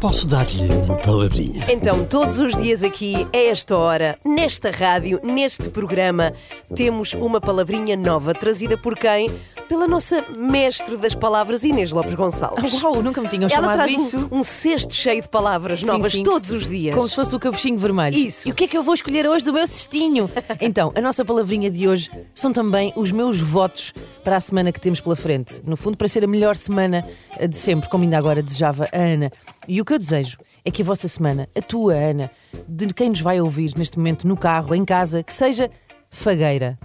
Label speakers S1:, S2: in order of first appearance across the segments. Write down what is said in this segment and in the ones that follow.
S1: Posso dar-lhe uma palavrinha?
S2: Então, todos os dias aqui, a esta hora, nesta rádio, neste programa, temos uma palavrinha nova trazida por quem? Pela nossa mestre das palavras, Inês Lopes Gonçalves.
S3: Uau, nunca me tinham
S2: Ela
S3: chamado
S2: traz
S3: isso.
S2: Um, um cesto cheio de palavras novas
S3: sim.
S2: todos os dias.
S3: Como se fosse o capuchinho vermelho.
S2: Isso.
S3: E o que é que eu vou escolher hoje do meu cestinho? então, a nossa palavrinha de hoje são também os meus votos para a semana que temos pela frente. No fundo, para ser a melhor semana eh, de sempre, como ainda agora desejava a Ana. E o que eu desejo é que a vossa semana, a tua, Ana, de quem nos vai ouvir neste momento no carro, em casa, que seja fagueira.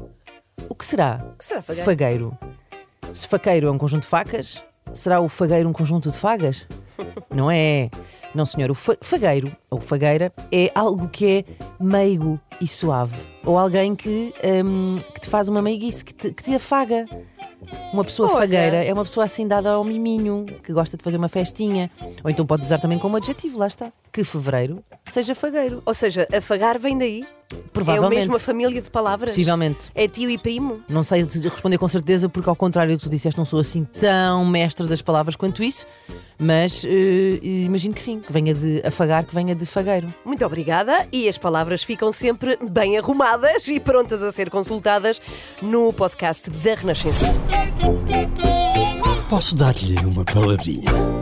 S3: O que será? O
S2: que será fagueira?
S3: Fagueiro. Se faqueiro é um conjunto de facas, será o fagueiro um conjunto de fagas? Não é? Não, senhor. O fa- fagueiro ou fagueira é algo que é meigo e suave. Ou alguém que, hum, que te faz uma meiguice, que te, que te afaga. Uma pessoa
S2: Olha.
S3: fagueira é uma pessoa assim dada ao miminho, que gosta de fazer uma festinha. Ou então pode usar também como adjetivo, lá está. Que fevereiro seja fagueiro.
S2: Ou seja, afagar vem daí? É o
S3: Provavelmente.
S2: mesmo a família de palavras?
S3: Possivelmente.
S2: É tio e primo?
S3: Não sei se responder com certeza, porque ao contrário do que tu disseste, não sou assim tão mestre das palavras quanto isso, mas eh, imagino que sim, que venha de afagar, que venha de fagueiro.
S2: Muito obrigada e as palavras ficam sempre bem arrumadas e prontas a ser consultadas no podcast da Renascença.
S1: Posso dar-lhe uma palavrinha?